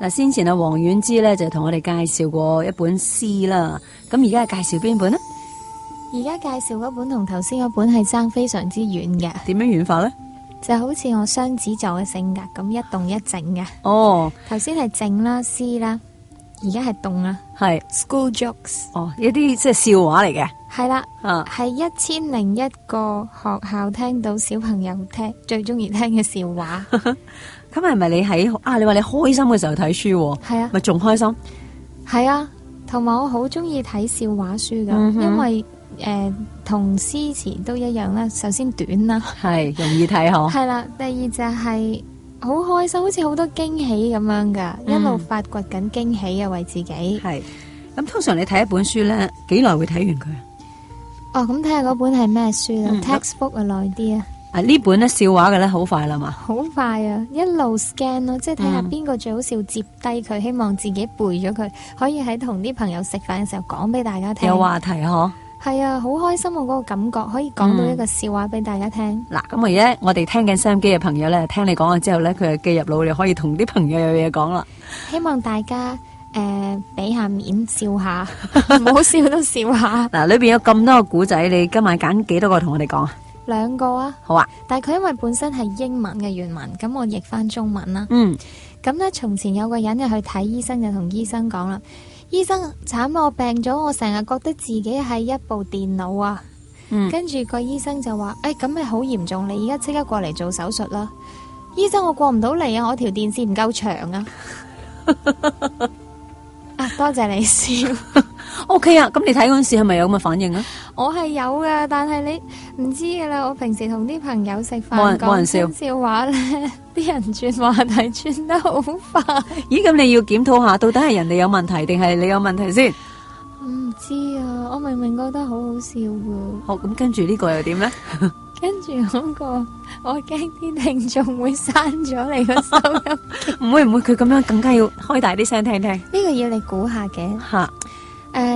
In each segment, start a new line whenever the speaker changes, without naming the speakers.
嗱，先前啊，黃婉芝咧就同我哋介紹過一本詩啦，咁而家係介紹邊本呢？
而家介紹嗰本同頭先嗰本係爭非常之遠嘅，
點樣遠法呢？
就好似我雙子座嘅性格咁一動一靜嘅。
哦，
頭先係靜啦、思啦，而家係動啦。
係，
School jokes
哦，一啲即係笑話嚟嘅，
係啦，
啊，
係一千零一個學校聽到小朋友聽最中意聽嘅笑話。
咁係咪你喺啊？你話你開心嘅時候睇書喎，
係啊，
咪仲開心？
係啊，同埋我好中意睇笑話書噶，
嗯哼
因為誒同詩詞都一樣啦。首先短啦。
係容易睇嗬，
系啦，第二就係好開心，好似好多驚喜咁樣噶，
嗯
一路發掘緊驚喜啊，為自己。
係。咁通常你睇一本書咧，幾耐會睇完佢啊？
哦，咁睇下嗰本係咩書啦
嗯
，textbook 啊耐啲啊，
啊，呢本咧笑話嘅咧好快啦嘛，
好快啊，一路 scan 咯，即係睇下
嗯
邊個最好笑，接低佢，希望自己背咗佢，可以喺同啲朋友食飯嘅時候講俾大家聽。
有啊話題嗬。
係啊，好開心我嗰個感覺，可以講到
嗯
一個笑話俾大家聽。
嗱，咁我而家我哋聽緊收音機嘅朋友咧，聽你講咗之後咧，佢就記入腦，你可以同啲朋友有嘢講啦。
希望大家誒俾下面 笑下，唔好笑都笑下，
嗱，裏边有咁多個古仔，你今晚揀幾多個同我哋講啊？
兩個啊。
好啊，
但係佢因為本身係英文嘅原文，咁我譯翻中文啦。
嗯，
咁呢，從前有個人就去睇醫生，就同醫生講啦：醫生，慘啦，我病咗，我成日覺得自己係一部電腦啊。
嗯
跟住個醫生就話：，誒、咁咪好嚴重，你而家即刻過嚟做手術啦。醫生，我過唔到嚟啊，我條電線唔夠 長啊。啊，多謝你笑。
O K 啊，咁你睇嗰阵时系咪有咁嘅反應啊？
我係有噶，但係你唔知噶啦。我平時同啲朋友食
冇
飯
人冇人
講
笑
親笑話咧， 啲人轉話題轉得好快，
咦，咁你要檢討下，到底係人哋有問題定係你有問題先？
唔知啊。我明明覺得好好笑噶，
好，咁跟住呢個又點呢？
跟住嗰個我驚啲聽眾會刪咗你個收 音。
唔會唔會，佢咁樣更加要開大啲聲聽聽
呢個要你估下嘅。誒、
吓。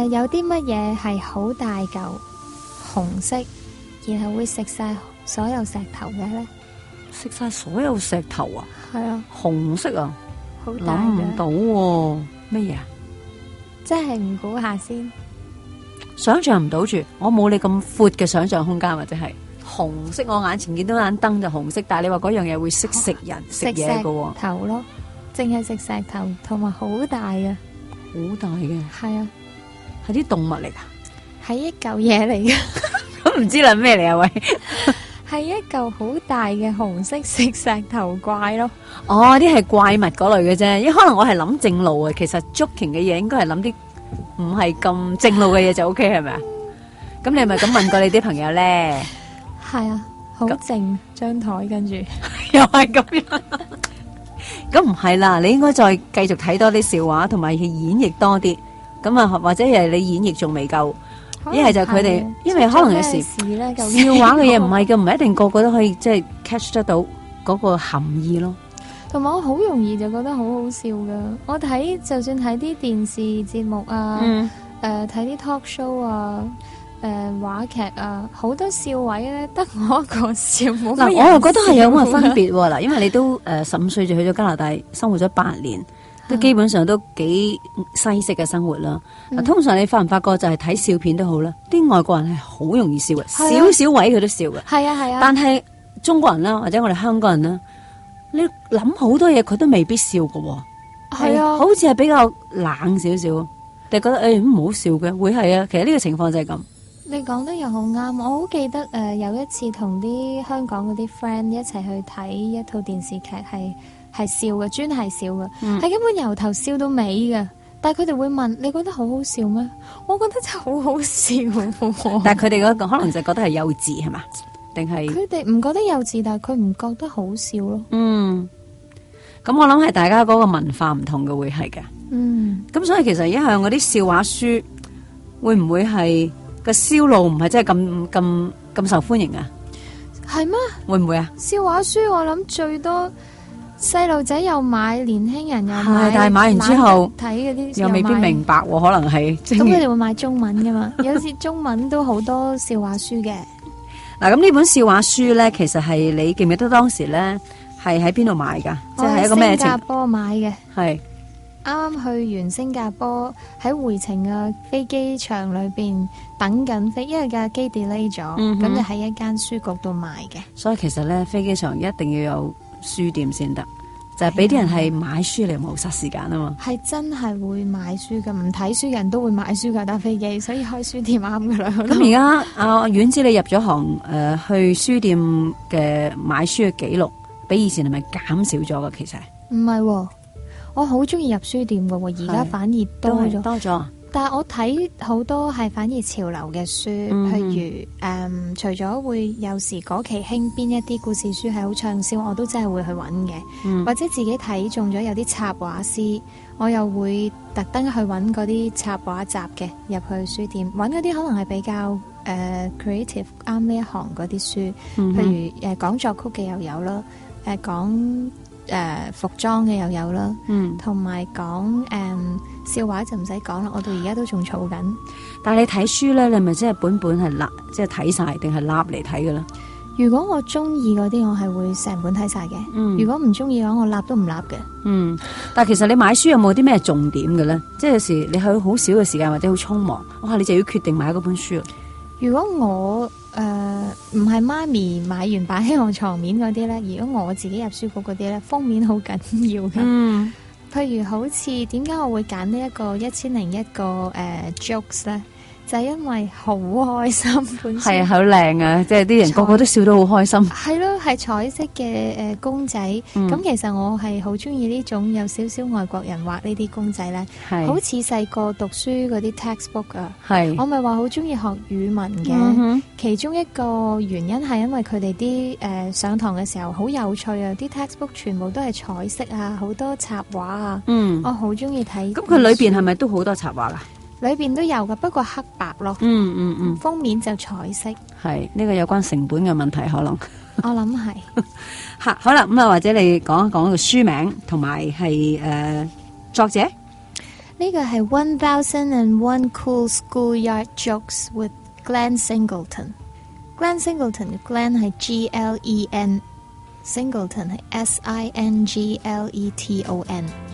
有啲乜嘢係好大嚿紅色，然後會食晒所有石頭嘅咧？
食晒所有石頭啊，
係啊，
紅色啊，
好
諗
大
唔
嘅，
到喎，咩嘢啊？
即係唔估下先。
想象唔到住，我冇你咁闊嘅想象空間，或者係紅色，我眼前見到眼燈就紅色，但係你話嗰樣嘢會識食人食
食
嘢嘅喎，
石頭咯，淨係食石頭，同埋好大嘅，
好大嘅，
係啊，
係啲動物嚟㗎，
係一嚿嘢嚟嘅，
咁唔知啦咩嚟啊喂？
係一嚿好大嘅紅色食石頭怪咯。
哦，啲係怪物嗰類嘅啫，因為可能我係諗正路啊，其實 joking 嘅嘢應該係諗啲唔係咁正路嘅嘢就 OK 係咪啊？咁你係咪咁問過你啲朋友咧？
係啊，好靜張台，跟住
又係咁樣。咁唔係啦，你應該再繼續睇多啲笑話，同埋去演繹多啲。咁啊，或者係你演繹仲未夠，一係就佢哋，因為可能有時
事咧，究竟
笑話嘅嘢唔，係嘅，唔係一定個個都可以即係 catch 得到嗰個含義咯。
同埋我好容易就覺得好好笑噶。我睇就算睇啲電視節目啊，
Ừ.
誒睇啲 ờ, talk show ờ, 啊。誒話劇啊，好多笑位咧，得我一個笑，冇
嗱，
乜
我又
人
覺得係有咁嘅
笑
分別喎。
啊
嗱，因為你都誒十五歲就去咗加拿大生活咗八
嗯
年，都基本上都幾西式嘅生活啦。
嗯
嗱通常你發唔發覺就係睇笑片都好啦，啲外國人係好容易笑嘅，
係啊
少少位佢都笑嘅。
係啊係啊，
但係中國人啦，或者我哋香港人啦，你諗好多嘢佢都未必笑嘅喎，
係啊，
好似係比較冷少少，但係覺得誒唔好笑嘅，會係啊。其實呢個情況就係咁，
你講得又好啱，我好記得誒、呃有一次同啲香港嗰啲 friend 一齊去睇一套電視劇，係係笑嘅，專係笑嘅，係、
嗯
根本由頭笑到尾嘅。但係佢哋會問你覺得好好笑咩？我覺得真係好好笑 喎、
但係佢哋嗰個可能就覺得係幼稚係嘛，定係
佢哋唔覺得幼稚，但係佢唔覺得好笑咯。
嗯。咁我諗係大家嗰個文化唔同嘅會係嘅，
嗯，
咁所以其實一向嗰啲笑話書會唔會係個銷路唔係真係咁咁咁受歡迎啊？
係咩？
會唔會啊？
笑話書我諗最多細路仔又買，年輕人又買
係，但係買完之後
懶得睇嗰啲
又未必
買
明白喎，可能係即
咁
係
佢哋會買中文噶 嘛？有時中文都好多笑話書嘅。
嗱，咁呢本笑話書咧，其實係
哦
你記唔記得當時咧係喺邊度買噶？即係一個咩
我喺新
情
加坡買嘅，
係
啱啱去完新加坡，喺回程嘅飛機場裏邊等緊飛，因為架機 delay 咗，咁、
嗯哼
就喺一間書局度買嘅。
所以其實咧，飛機場一定要有書店先得，就係俾啲人係
啊
買書嚟冇殺時間啊嘛。
係真係會買書嘅，唔睇書嘅人都會買書㗎搭飛機，所以開書店啱㗎啦。
咁而家阿丸子你入咗行誒、呃去書店嘅買書嘅記錄，比以前係咪減少咗噶？其實
唔係喎，我好中意入書店嘅喎，而家
係
反而多
係
咗。
多咗，
但係我睇好多係反而潮流嘅書，
嗯
譬如誒、嗯除咗會有時嗰期興邊一啲故事書係好暢銷，我都真係會去揾嘅，
嗯
或者自己睇中咗有啲插畫師，我又會特登去揾嗰啲插畫集嘅入去書店揾嗰啲可能係比較誒、呃 creative 啱呢一行嗰啲書，
嗯
譬
哼
如誒講作曲嘅又有啦，誒、講誒、呃服裝嘅又有啦。
嗯。
同埋講誒笑話就唔使講啦，我到而家都仲儲緊。
但係你睇書咧，你咪即係本本係立，即係睇晒定係立嚟睇噶啦。
如果我中意嗰啲，我係會成本睇晒嘅。
嗯
如果唔中意嘅話，我立都唔立嘅。
嗯，但係其實你買書有冇啲咩重點嘅咧？即係有時你喺好少嘅時間或者好匆忙，哇！你就要決定買嗰本書啦。
如果我誒唔係媽咪買完擺喺我床面嗰啲呢，如果我自己入書局嗰啲呢，封面好緊要嘅。
嗯
譬如好似點解我會揀呢一個一千零一個誒 jokes 呢？就係因為好開心 本書
係啊，好靚啊！即係啲人個個都笑得好開心。
係咯，係彩色嘅誒公仔。咁、
嗯
其實我係好中意呢種有少少外國人畫呢啲公仔咧，好
係
似細個讀書嗰啲 textbook 啊。
係
我咪話好中意學語文嘅，
嗯哼
其中一個原因係因為佢哋啲誒上堂嘅時候好有趣啊，啲 textbook 全部都係彩色啊，好多插畫啊，
嗯，
我好中意睇。
咁佢裏邊係咪都好多插畫噶？
裏邊都有噶，不過黑白咯，
嗯嗯嗯，
封面就彩色。
係呢個有關成本嘅問題可能。
我諗係
吓，好啦，咁啊，或者你講一講個書名同埋係誒作者。
呢個係 One Thousand and One Cool Schoolyard Jokes with Glenn Singleton。Glenn Singleton 嘅 Glenn 係 G L E N，Singleton 係 S I N G L E T O N。